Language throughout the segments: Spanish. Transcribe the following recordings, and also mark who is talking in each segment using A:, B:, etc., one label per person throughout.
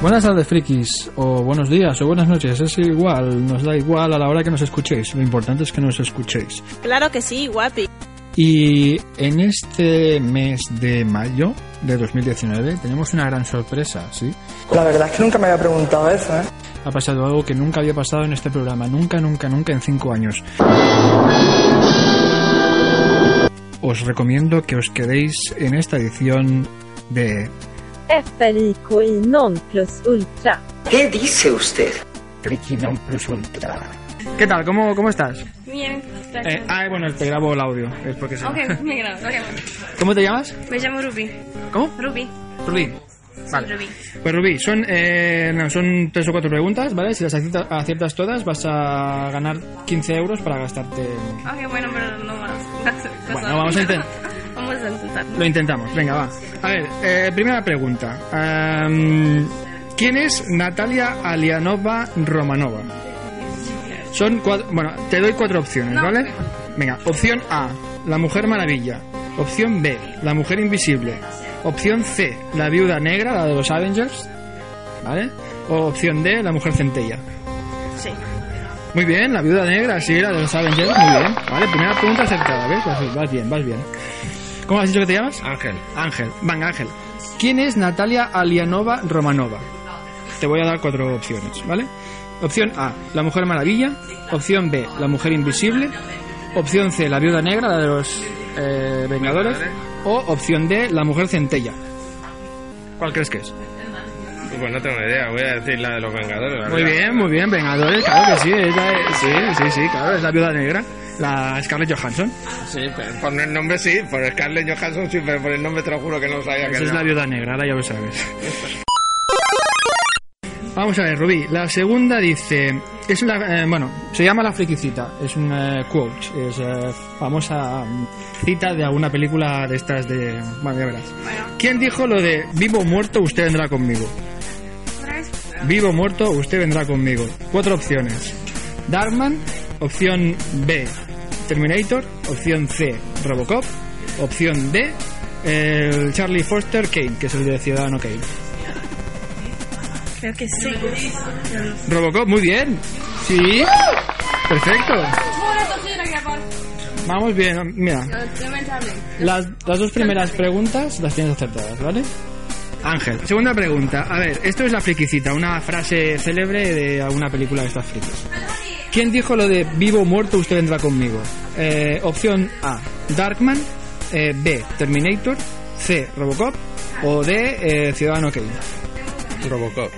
A: Buenas tardes, frikis, o buenos días, o buenas noches, es igual, nos da igual a la hora que nos escuchéis, lo importante es que nos escuchéis.
B: Claro que sí, guapi.
A: Y en este mes de mayo de 2019 tenemos una gran sorpresa, ¿sí?
C: La verdad es que nunca me había preguntado eso, ¿eh?
A: Ha pasado algo que nunca había pasado en este programa, nunca, nunca, nunca en cinco años. Os recomiendo que os quedéis en esta edición de
D: FRIKI non plus ultra.
E: ¿Qué dice usted?
A: ¿Qué tal? ¿Cómo, cómo estás?
F: Bien,
A: Eh, ah, bueno, te grabo el audio. Es porque se-
F: Ok, me grabo, ok.
A: ¿Cómo te llamas?
F: Me llamo Ruby.
A: ¿Cómo?
F: Ruby.
A: Rubí. Vale.
F: Rubí.
A: Pues Rubí, son, eh, no, son tres o cuatro preguntas, ¿vale? Si las acierta- aciertas, todas, vas a ganar 15 euros para gastarte.
F: Ok, bueno, pero no más.
A: Bueno, vamos a intent-
F: Vamos a intentar.
A: Lo intentamos, venga, va. A ver, eh, primera pregunta. Am, ¿Quién es Natalia Alianova Romanova? Son cuatro. Bueno, te doy cuatro opciones,
F: No,
A: ¿vale? Venga, opción A, la mujer maravilla. Opción B, la mujer invisible. Opción C, la viuda negra, la de los Avengers. ¿Vale? O opción D, la mujer centella.
F: Sí.
A: Muy bien, la viuda negra, sí, la de los Avengers, muy bien. Vale, primera pregunta acertada, ¿ves? Vas, vas bien, vas bien. ¿Cómo has dicho que te llamas?
G: Ángel.
A: Ángel, venga Ángel. ¿Quién es Natalia Alianova Romanova? Te voy a dar cuatro opciones, ¿vale? Opción A, la Mujer Maravilla. Opción B, la Mujer Invisible. Opción C, la Viuda Negra, la de los eh, Vengadores. O opción D, la Mujer Centella. ¿Cuál crees que es?
G: Pues no tengo ni idea, voy a decir la de los Vengadores. la
A: Muy
G: verdad.
A: bien, muy bien, Vengadores, claro que sí. ella es- sí, sí, sí, claro, es la Viuda Negra, la Scarlett Johansson.
G: Sí, pero por el nombre sí, por Scarlett Johansson sí, pero por el nombre te lo juro que no sabía que
A: Esa es
G: era.
A: la viuda negra, ahora ya lo sabes. Vamos a ver, Rubí. La segunda dice. Es la, eh, bueno, se llama La Friquicita. Es un eh, quote. Es eh, famosa mm, cita de alguna película de estas de. Bueno, ya verás. ¿Quién dijo lo de vivo o muerto usted vendrá conmigo? Vivo o muerto usted vendrá conmigo. Cuatro opciones: Darman, opción B, Terminator, opción C, Robocop, opción D, el Charlie Foster Kane, que es el de Ciudadano Kane.
F: Creo que sí.
A: Robocop, muy bien. Sí. Perfecto. Vamos bien, mira. Las, las dos primeras preguntas las tienes acertadas, ¿vale? Ángel. Segunda pregunta. A ver, esto es la friquicita, una frase célebre de alguna película de estas frikis. ¿Quién dijo lo de vivo o muerto usted vendrá conmigo? Eh, opción A, Darkman. eh, B, Terminator. C, Robocop. O D, eh, Ciudadano Kane.
G: Robocop.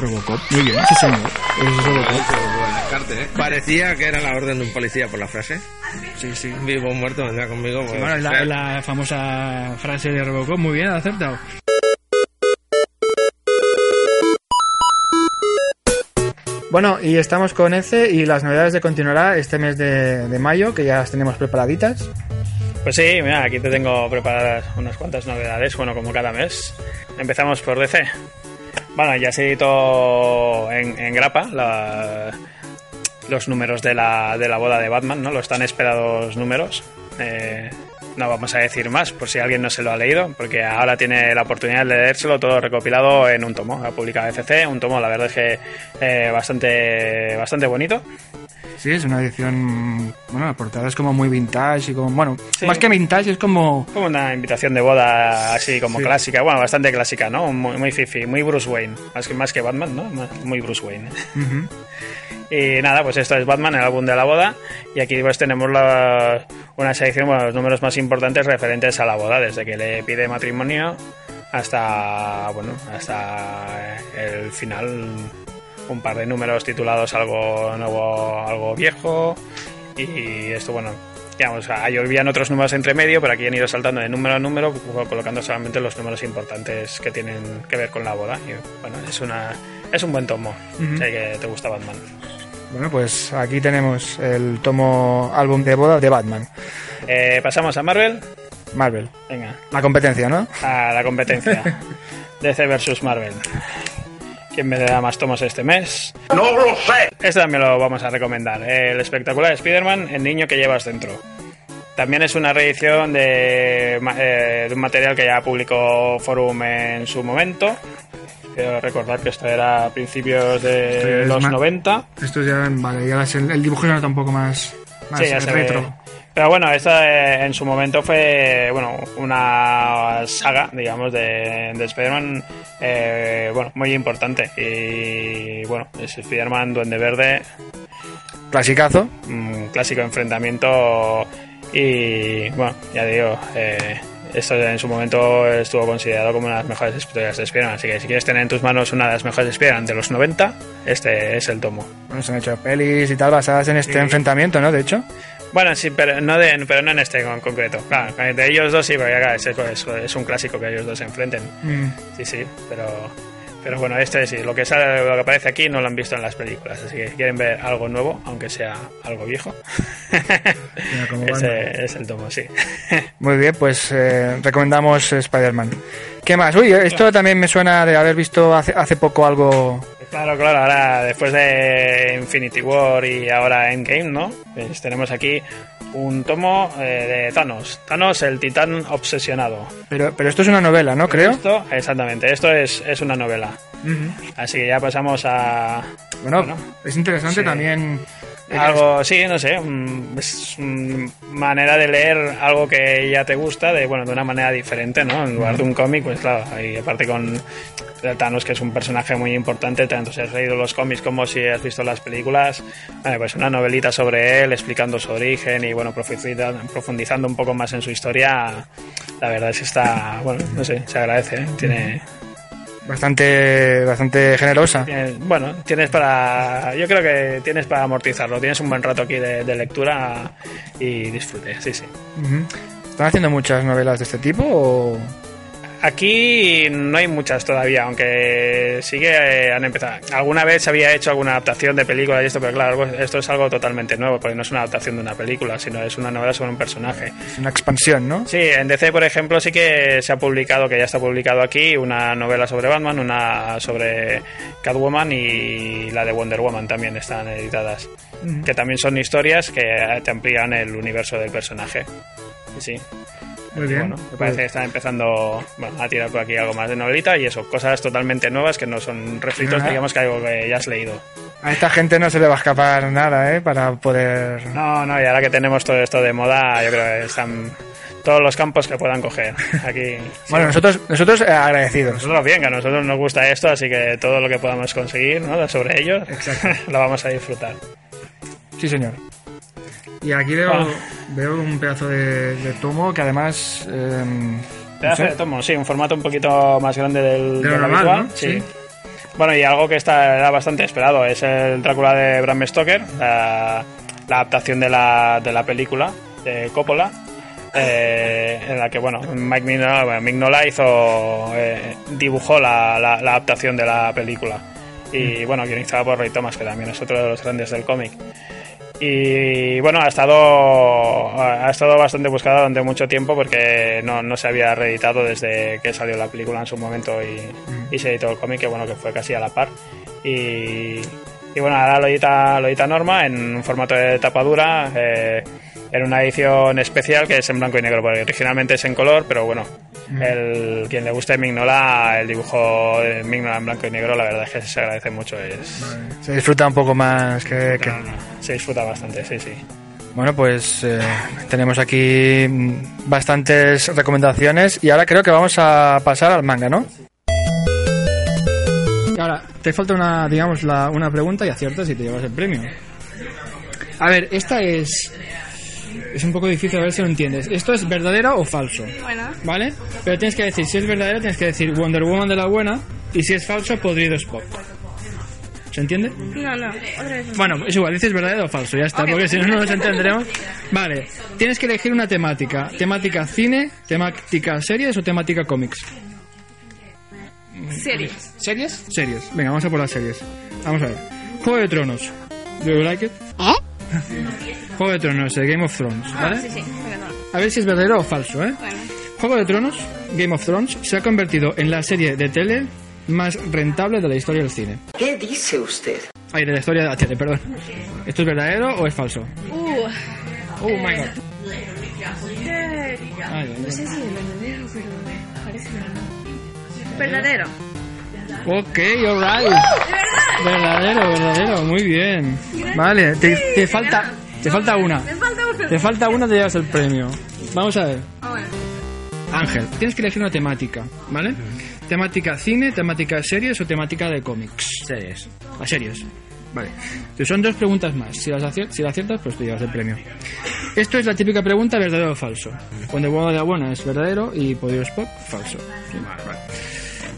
A: Robocop. Muy bien, sí señor. Es Robocop.
G: ¿eh? Parecía que era la orden de un policía por la frase.
A: Sí, sí.
G: Vivo o muerto vendrá conmigo. pues,
A: Bueno, es la,
G: sea-
A: es la famosa frase de Robocop. Muy bien, aceptado. Bueno, y estamos con ECE y las novedades de Continuará este mes de, de mayo, que ya las tenemos preparaditas.
H: Pues sí, mira, aquí te tengo preparadas unas cuantas novedades, bueno, como cada mes. Empezamos por DC. Bueno, ya se editó en, en grapa la- los números de la, de la boda de Batman, ¿no? Los tan esperados números. Eh, no vamos a decir más, por si alguien no se lo ha leído, porque ahora tiene la oportunidad de leérselo todo recopilado en un tomo. Ha publicado ECC, un tomo, la verdad es que eh, bastante, bastante bonito.
A: Sí, es una edición. Bueno, la portada es como muy vintage y como. Bueno, más que vintage, es como.
H: Como una invitación de boda así como
A: Sí.
H: clásica, bueno, bastante clásica, ¿no? Muy, muy fifi, muy Bruce Wayne, más que, más que Batman, ¿no? Muy Bruce Wayne.
A: Ujú.
H: Y nada, pues esto es Batman, el álbum de la boda, y aquí pues tenemos la- una selección, bueno, los números más importantes referentes a la boda, desde que le pide matrimonio hasta, bueno, hasta el final, un par de números titulados algo nuevo, algo viejo, y esto, bueno, digamos, ahí olvidan otros números entre medio, pero aquí han ido saltando de número a número, colocando solamente los números importantes que tienen que ver con la boda. Y, bueno, es una es un buen tomo,
A: Ujú.
H: si que te gusta Batman.
A: Bueno, pues aquí tenemos el tomo álbum de boda de Batman,
H: Eh, Pasamos a Marvel,
A: Marvel.
H: venga,
A: La competencia, ¿no?
H: a la competencia. DC versus Marvel. ¿Quién me da más tomos este mes? ¡No lo sé! Este también lo vamos a recomendar. El espectacular Spider-Man, El niño que llevas dentro. También es una reedición de, ma- eh, de un material que ya publicó Forum en su momento. Quiero recordar que esto era a principios de
A: Esto ya es
H: los
A: ma-
H: 90.
A: Esto ya, vale, ya las- el, el dibujo ya era un poco más, más
H: Sí, ya
A: eh,
H: se ve.
A: retro.
H: Pero bueno, esta eh, en su momento fue bueno una saga, digamos, de, de Spider-Man eh, bueno, muy importante. Y bueno, es Spider-Man Duende Verde,
G: Clasicazo.
H: un clásico enfrentamiento. Y bueno, ya digo, eh, esto en su momento estuvo considerado como una de las mejores historias de Spider-Man. Así que si quieres tener en tus manos una de las mejores Spider-Man de los 90, este es el tomo.
G: Bueno, se han hecho pelis y tal basadas en este enfrentamiento, ¿no? De hecho.
H: Bueno, sí, pero no, de, pero no en este en concreto. Claro, de ellos dos sí, porque claro, es, es- es un clásico que ellos dos se enfrenten.
A: Mm.
H: Sí, sí, pero, pero bueno, este sí. Lo que, sale, lo que aparece aquí no lo han visto en las películas, así que si quieren ver algo nuevo, aunque sea algo viejo.
A: como
H: Ese es el tomo, sí.
G: Muy bien, pues eh, recomendamos Spider-Man. ¿Qué más? Uy, esto también me suena de haber visto hace, hace poco algo.
H: Claro, claro, ahora después de Infinity War y ahora Endgame, ¿no? Pues tenemos aquí un tomo eh, de Thanos. Thanos, el titán obsesionado.
G: Pero, pero esto es una novela, ¿no? Creo.
H: Esto, exactamente, esto es, es una novela.
A: Ujú.
H: Así que ya pasamos a
A: Bueno,
H: Bueno,
A: es interesante
H: sí.
A: también.
H: algo, sí, no sé, mm, es una manera de leer algo que ya te gusta, de bueno, de una manera diferente, ¿no? En lugar de un cómic, pues claro, y aparte con Thanos, que es un personaje muy importante, tanto si has leído los cómics como si has visto las películas, vale, pues una novelita sobre él, explicando su origen y bueno, profundiza- profundizando un poco más en su historia, la verdad es que está, bueno, no sé, se agradece, ¿eh? tiene...
G: Bastante, bastante generosa.
H: Tienes- Eh, bueno, tienes para. Yo creo que tienes para amortizarlo. Tienes un buen rato aquí de, de lectura y disfrute, sí, sí.
G: Ujú. ¿Están haciendo muchas novelas de este tipo o.?
H: Aquí no hay muchas todavía, aunque sí que eh, han empezado. Alguna vez se había hecho alguna adaptación de película y esto, pero claro, pues esto es algo totalmente nuevo, porque no es una adaptación de una película, sino es una novela sobre un personaje.
G: Es una expansión, ¿no?
H: Sí, en DC, por ejemplo, sí que se ha publicado, que ya está publicado aquí, una novela sobre Batman, una sobre Catwoman y la de Wonder Woman también están editadas. Que también son historias que te amplían el universo del personaje. Y Sí,
A: Muy bien. pues
H: bueno, me parece que están empezando bueno, a tirar por aquí algo más de novelita y eso, cosas totalmente nuevas que no son refritos,
G: Ah.
H: digamos que algo que ya has leído.
G: A esta gente no se le va a escapar nada, ¿eh? Para poder.
H: No, no, y ahora que tenemos todo esto de moda, yo creo que están todos los campos que puedan coger aquí. sí.
G: Bueno, nosotros, nosotros eh, agradecidos.
H: Nosotros bien, que a nosotros nos gusta esto, así que todo lo que podamos conseguir ¿no? sobre ello lo vamos a disfrutar.
G: Sí, señor.
A: Y aquí veo,
H: Ah.
A: veo un pedazo de, de tomo que además.
G: em,
A: eh,
H: Pedazo de tomo, sí, un formato un poquito más grande del,
A: De lo
H: del
A: normal,
H: habitual,
A: ¿no?
H: sí.
A: Sí.
H: Bueno, y algo que está, era bastante esperado es el Drácula de Bram Stoker, la, la adaptación de la, de la película de Coppola. eh, en la que bueno Mike Mignola, bueno, Mignola hizo eh, dibujó la, la- la adaptación de la película y
A: Mm.
H: bueno guionizada por Ray Thomas que también es otro de los grandes del cómic y bueno, ha estado, ha estado bastante buscada durante mucho tiempo porque no, no se había reeditado desde que salió la película en su momento y, y se editó el cómic, que bueno, que fue casi a la par. Y, y bueno, ahora lo edita, lo edita Norma en un formato de tapadura, eh, en una edición especial que es en blanco y negro, porque originalmente es en color, pero bueno, el, quien le guste Mignola, el dibujo de Mignola en blanco y negro, la verdad es que se agradece mucho, es,
G: Se disfruta un poco más que. que-
H: se disfruta bastante, sí, sí.
G: Bueno, pues eh, tenemos aquí mm, bastantes recomendaciones y ahora creo que vamos a pasar al manga, ¿no?
A: Y Ahora, te falta una, digamos, la- una pregunta y aciertas y te llevas el premio. A ver, esta es. Es un poco difícil a ver si lo entiendes. ¿Esto es verdadero o falso?
F: Bueno,
A: ¿Vale? Pero tienes que decir, si es verdadero, tienes que decir Wonder Woman de la buena y si es falso, podrido Spock. ¿Se entiende?
F: no, no. Otra vez.
A: Bueno, es igual, dices verdadero o falso, ya está,
F: Ok.
A: porque
F: pues
A: si no, no nos entenderemos. Vale, tienes que elegir una temática: temática cine, temática series o temática cómics.
F: Series.
A: ¿Series? Series. Venga, vamos a por las series. Vamos a ver. Juego de Tronos. ¿Do you like it? Juego de Tronos, eh, Game of Thrones,
F: ¿Eh? Ah,
A: ¿vale?
F: sí, sí. Bueno, no.
A: A ver si es verdadero o falso, ¿eh?
F: Bueno.
A: Juego de Tronos, Game of Thrones, se ha convertido en la serie de tele más rentable de la historia del cine.
B: ¿Qué dice usted?
A: Ay, de la historia de la tele, perdón. ¿Esto es verdadero o es falso?
F: Uh,
A: Oh my god. Ay,
F: eh,
A: ay, ay.
F: no sé si es verdadero, pero parece verdadero. Verdadero.
A: Ok, alright. Verdadero, verdadero, muy bien. Vale, te, te falta, te falta una.
F: Me falta uno.
A: Te falta una, te llevas el premio. Vamos a ver.
F: Ah, bueno.
A: Ángel, tienes que elegir una temática, ¿vale? Temática cine, temática series o temática de cómics.
B: Series.
A: A series. Vale. Entonces, son dos preguntas más. Si las, acier- si las aciertas, pues te llevas el premio. Esto es la típica pregunta verdadero o falso. Cuando boda de la buena es verdadero y podios pop, falso. Sí, vale, vale.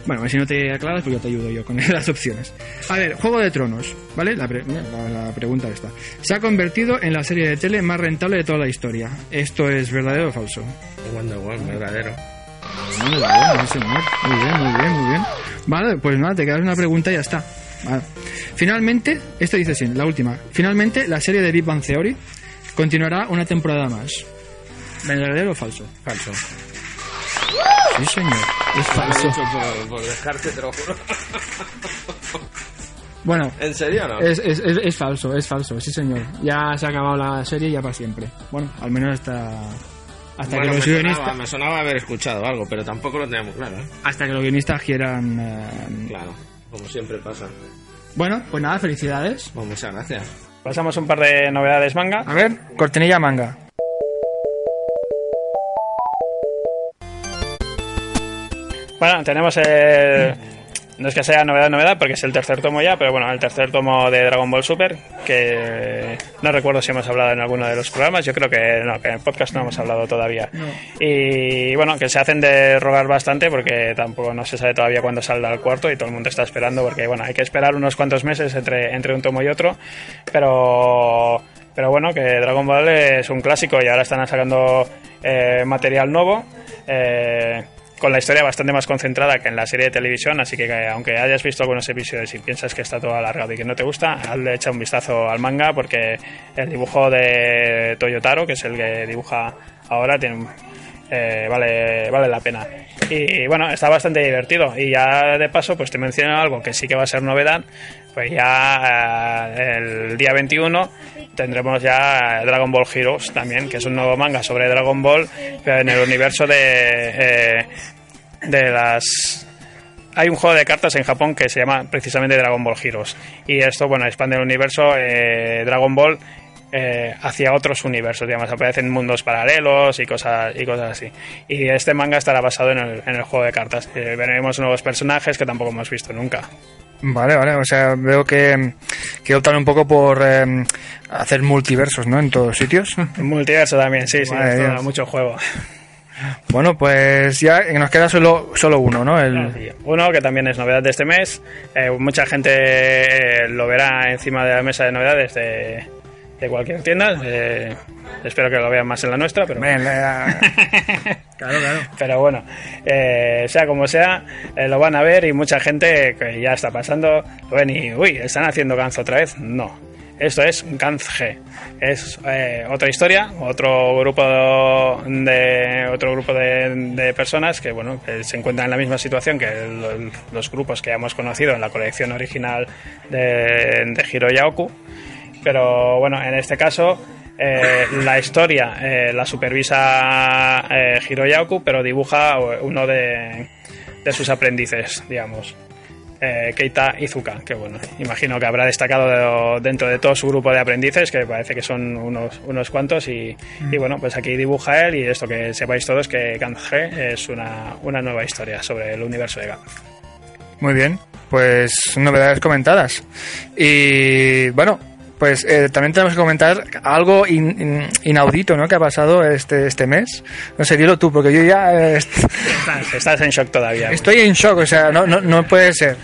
A: Bueno, si no te aclaras, pues yo te ayudo yo con las opciones. A ver, Juego de Tronos, ¿vale? La, pre- la- la pregunta está. Se ha convertido en la serie de tele más rentable de toda la historia. ¿Esto es verdadero o falso?
B: Wonder Woman, verdadero.
A: Muy bien, sí, señor. Muy bien, muy bien, muy bien. Vale, pues nada, te quedas una pregunta y ya está. Vale. Finalmente, esto dice sí, la última. Finalmente, la serie de Big Bang Theory continuará una temporada más. ¿Verdadero o falso?
B: Falso.
A: Sí, señor. Es falso.
B: por, por dejarte, te lo juro.
A: Bueno, Eh,
B: ¿En serio o no?
A: es, es, es, es falso, es falso, sí, señor. Ya se ha acabado la serie ya para siempre. Bueno, al menos hasta, hasta
B: Bueno,
A: que
B: me,
A: los
B: sonaba,
A: guionistas...
B: me sonaba haber escuchado algo, pero tampoco lo tenemos claro. ¿eh?
A: Hasta que los guionistas quieran... eh,
B: Claro, como siempre pasa.
A: Bueno, pues nada, felicidades.
B: Pues muchas gracias.
H: Pasamos un par de novedades manga.
G: A ver, cortinilla manga.
H: Bueno, tenemos el... No es que sea novedad, novedad, porque es el tercer tomo ya, pero bueno, el tercer tomo de Dragon Ball Super, que no recuerdo si hemos hablado en alguno de los programas, yo creo que no, que en el podcast no hemos hablado todavía. Y bueno, que se hacen de rogar bastante porque tampoco no se sabe todavía cuándo saldrá el cuarto y todo el mundo está esperando, porque bueno, hay que esperar unos cuantos meses entre, entre un tomo y otro, pero pero bueno, que Dragon Ball es un clásico y ahora están sacando eh, material nuevo. eh, con la historia bastante más concentrada que en la serie de televisión, así que eh, aunque hayas visto algunos episodios y piensas que está todo alargado y que no te gusta, hazle echa un vistazo al manga porque el dibujo de Toyotaro, que es el que dibuja ahora, tiene un- eh, vale, vale la pena. Y, bueno, está bastante divertido. Y ya de paso, pues te menciono algo que sí que va a ser novedad. Pues ya eh, el día 21 tendremos ya Dragon Ball Heroes también, que es un nuevo manga sobre Dragon Ball, pero en el universo de, eh, de las hay un juego de cartas en Japón que se llama precisamente Dragon Ball Heroes. Y esto, bueno, expande el universo eh, Dragon Ball eh, hacia otros universos, digamos. Aparecen mundos paralelos y cosas, y cosas así. Y este manga estará basado en el, en el juego de cartas. Eh, veremos nuevos personajes que tampoco hemos visto nunca.
G: Vale, vale, o sea, veo que, que optan un poco por eh, hacer multiversos, ¿no? En todos sitios.
H: Un multiverso también, sí, sí,
G: Madre
H: esto da
G: Dios.
H: mucho juego.
G: Bueno, pues ya nos queda solo, solo uno, ¿no? El,
H: Uno que también es novedad de este mes. Eh, mucha gente eh, lo verá encima de la mesa de novedades de, de cualquier tienda. Eh, espero que lo vean más en la nuestra, pero.
G: Ven, eh, claro, claro.
H: Pero bueno, eh, sea como sea, eh, lo van a ver y mucha gente que ya está pasando, lo ven y, uy, ¿están haciendo Ganzo otra vez? No. Esto es Ganz G. Es eh, otra historia, otro grupo de otro grupo de, de personas que bueno que se encuentran en la misma situación que el- los grupos que ya hemos conocido en la colección original de, de Hiro Yaoku. Pero bueno, en este caso eh, la historia eh, la supervisa eh, Hiroyaku, pero dibuja eh, uno de, de sus aprendices, digamos. eh, Keita Izuka, que bueno, imagino que habrá destacado de- dentro de todo su grupo de aprendices, que parece que son unos, unos cuantos, y, y bueno, pues aquí dibuja él, y esto que sepáis todos que Gantz G es una, una nueva historia sobre el universo de Gantz.
G: Muy bien, pues novedades comentadas. Y bueno, pues eh, también tenemos que comentar algo in- in- inaudito, ¿no? Que ha pasado este, este mes. No sé, dilo tú, porque yo ya eh, est-
H: Estás, estás en shock todavía.
G: estoy en shock, o sea, no, no, no puede ser.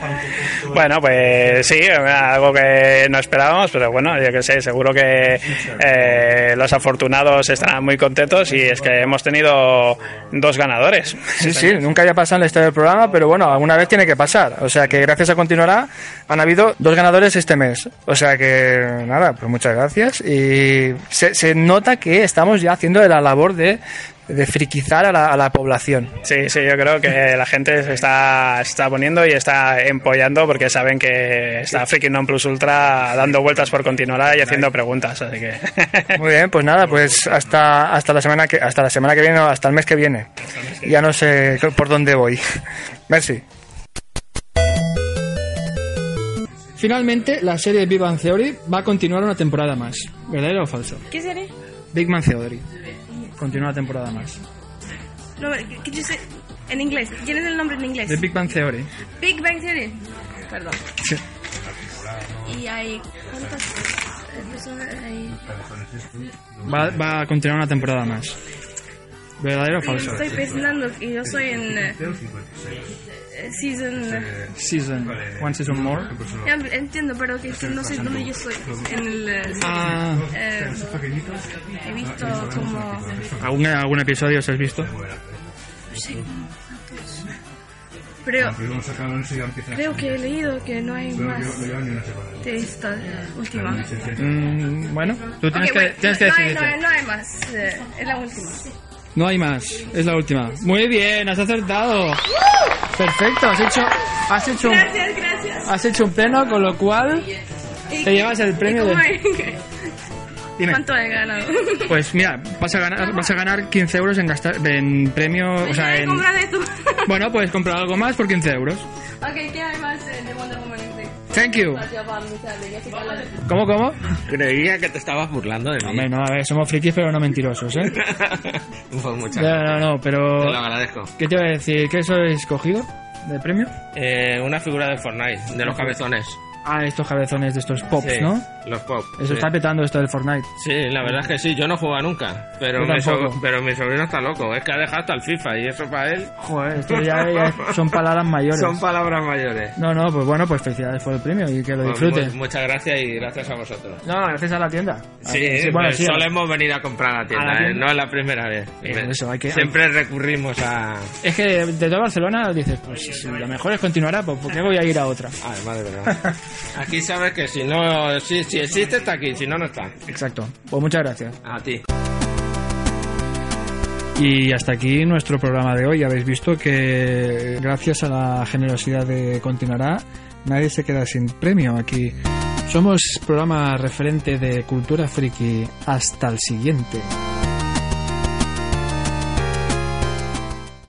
H: Bueno, pues sí, algo que no esperábamos, pero bueno, yo que sé, seguro que eh, los afortunados estarán muy contentos y es que hemos tenido dos ganadores.
G: Sí, sí, nunca había pasado en la historia del programa, pero bueno, alguna vez tiene que pasar. O sea que gracias a Continuará han habido dos ganadores este mes. O sea que nada, pues muchas gracias. Y se, se nota que estamos ya haciendo la labor de, de friquizar a la, a la población.
H: Sí, sí, yo creo que la gente se está, se está poniendo y está empollando porque saben que está Freaking Non Plus Ultra dando vueltas por continuar y haciendo preguntas, así que...
G: Muy bien, pues nada, pues hasta, hasta, la, semana que, hasta la semana que viene o hasta el mes que viene. Ya no sé por dónde voy. Merci. Finalmente, la serie Big Bang Theory va a continuar una temporada más. ¿Verdadero o falso?
F: ¿Qué serie?
G: Big Bang Theory. Continúa una temporada más.
F: No, ¿qué dice? En inglés. ¿Quién es el nombre en inglés?
G: The Big Bang Theory.
F: Big Bang Theory. Perdón. ¿Y hay cuántas personas hay?
G: Va, va a continuar una temporada más. ¿Verdadero o falso?
F: Estoy pensando que yo soy en eh, eh, season. eh,
G: Season. One season more.
F: Ya entiendo, pero que, que no sé dónde yo estoy. En el. eh,
G: Ah,
F: eh, he visto como.
G: ¿algún, ¿Algún episodio os has visto?
F: No sé, como datos. Pero creo que he leído que no hay más de esta última.
G: Mm, bueno, tú tienes
F: Ok,
G: que,
F: bueno,
G: tienes que
F: no, hay-
G: decidirte.
F: no, hay- no hay más. eh, es la última.
G: No hay más, es la última. Muy bien, has acertado. Perfecto, has hecho, has hecho, un,
F: Gracias, gracias.
G: has hecho un pleno, con lo cual
F: Y-
G: te llevas el
F: y
G: premio
F: cómo
G: de-
F: hay-
G: Dime.
F: ¿Cuánto he ganado?
G: Pues mira, vas a ganar, vas a ganar 15 euros en gastar, en premio,
B: Pues
G: o sea, en,
F: Comprar esto.
G: bueno, puedes comprar algo más por 15 euros.
F: ok, ¿qué hay más eh, de Wonder Woman?
G: Thank you. ¿Cómo, cómo?
B: Creía que te estabas burlando de mí.
G: Hombre, no, a ver, somos frikis pero no mentirosos, ¿eh?
B: Fue mucha
G: No, no, no,
B: Pues Te
G: pero
B: lo agradezco.
G: ¿qué te iba a decir? ¿Qué eso es escogido de premio?
B: Eh, una figura de Fortnite, de los cabezones.
G: Ah, estos cabezones de estos pops,
B: Sí,
G: ¿no?
B: Los pop.
G: Eso
B: sí.
G: está petando esto del Fortnite.
B: Sí, la verdad es que sí, yo no juego nunca, pero
G: Yo
B: mi,
G: tampoco.
B: sobr- pero mi sobrino está loco, es que ha dejado hasta el FIFA y eso para él
G: Joder, esto ya, ya son palabras mayores.
B: son palabras mayores.
G: No, no, pues bueno, pues felicidades por el premio y que lo
B: Pues
G: disfrutes.
B: mu- muchas gracias y gracias a vosotros.
G: No, gracias a la tienda.
B: Sí,
G: bueno,
B: pues
G: Ah, sí.
B: solemos venir a comprar a la tienda,
G: a la
B: ¿eh?
G: tienda.
B: no es la primera vez.
G: Eh, eso, hay que-
B: Siempre recurrimos a...
G: Es que de, de todo Barcelona dices, pues si lo mejor es continuar, pues ¿por qué voy a ir a otra?
B: Además de verdad. Aquí sabes que si no, si, si existe está aquí, si no, no está.
G: Exacto. Pues muchas gracias.
B: A ti.
G: Y hasta aquí nuestro programa de hoy. Habéis visto que gracias a la generosidad de Continuará, nadie se queda sin premio aquí. Somos programa referente de cultura friki. Hasta el siguiente.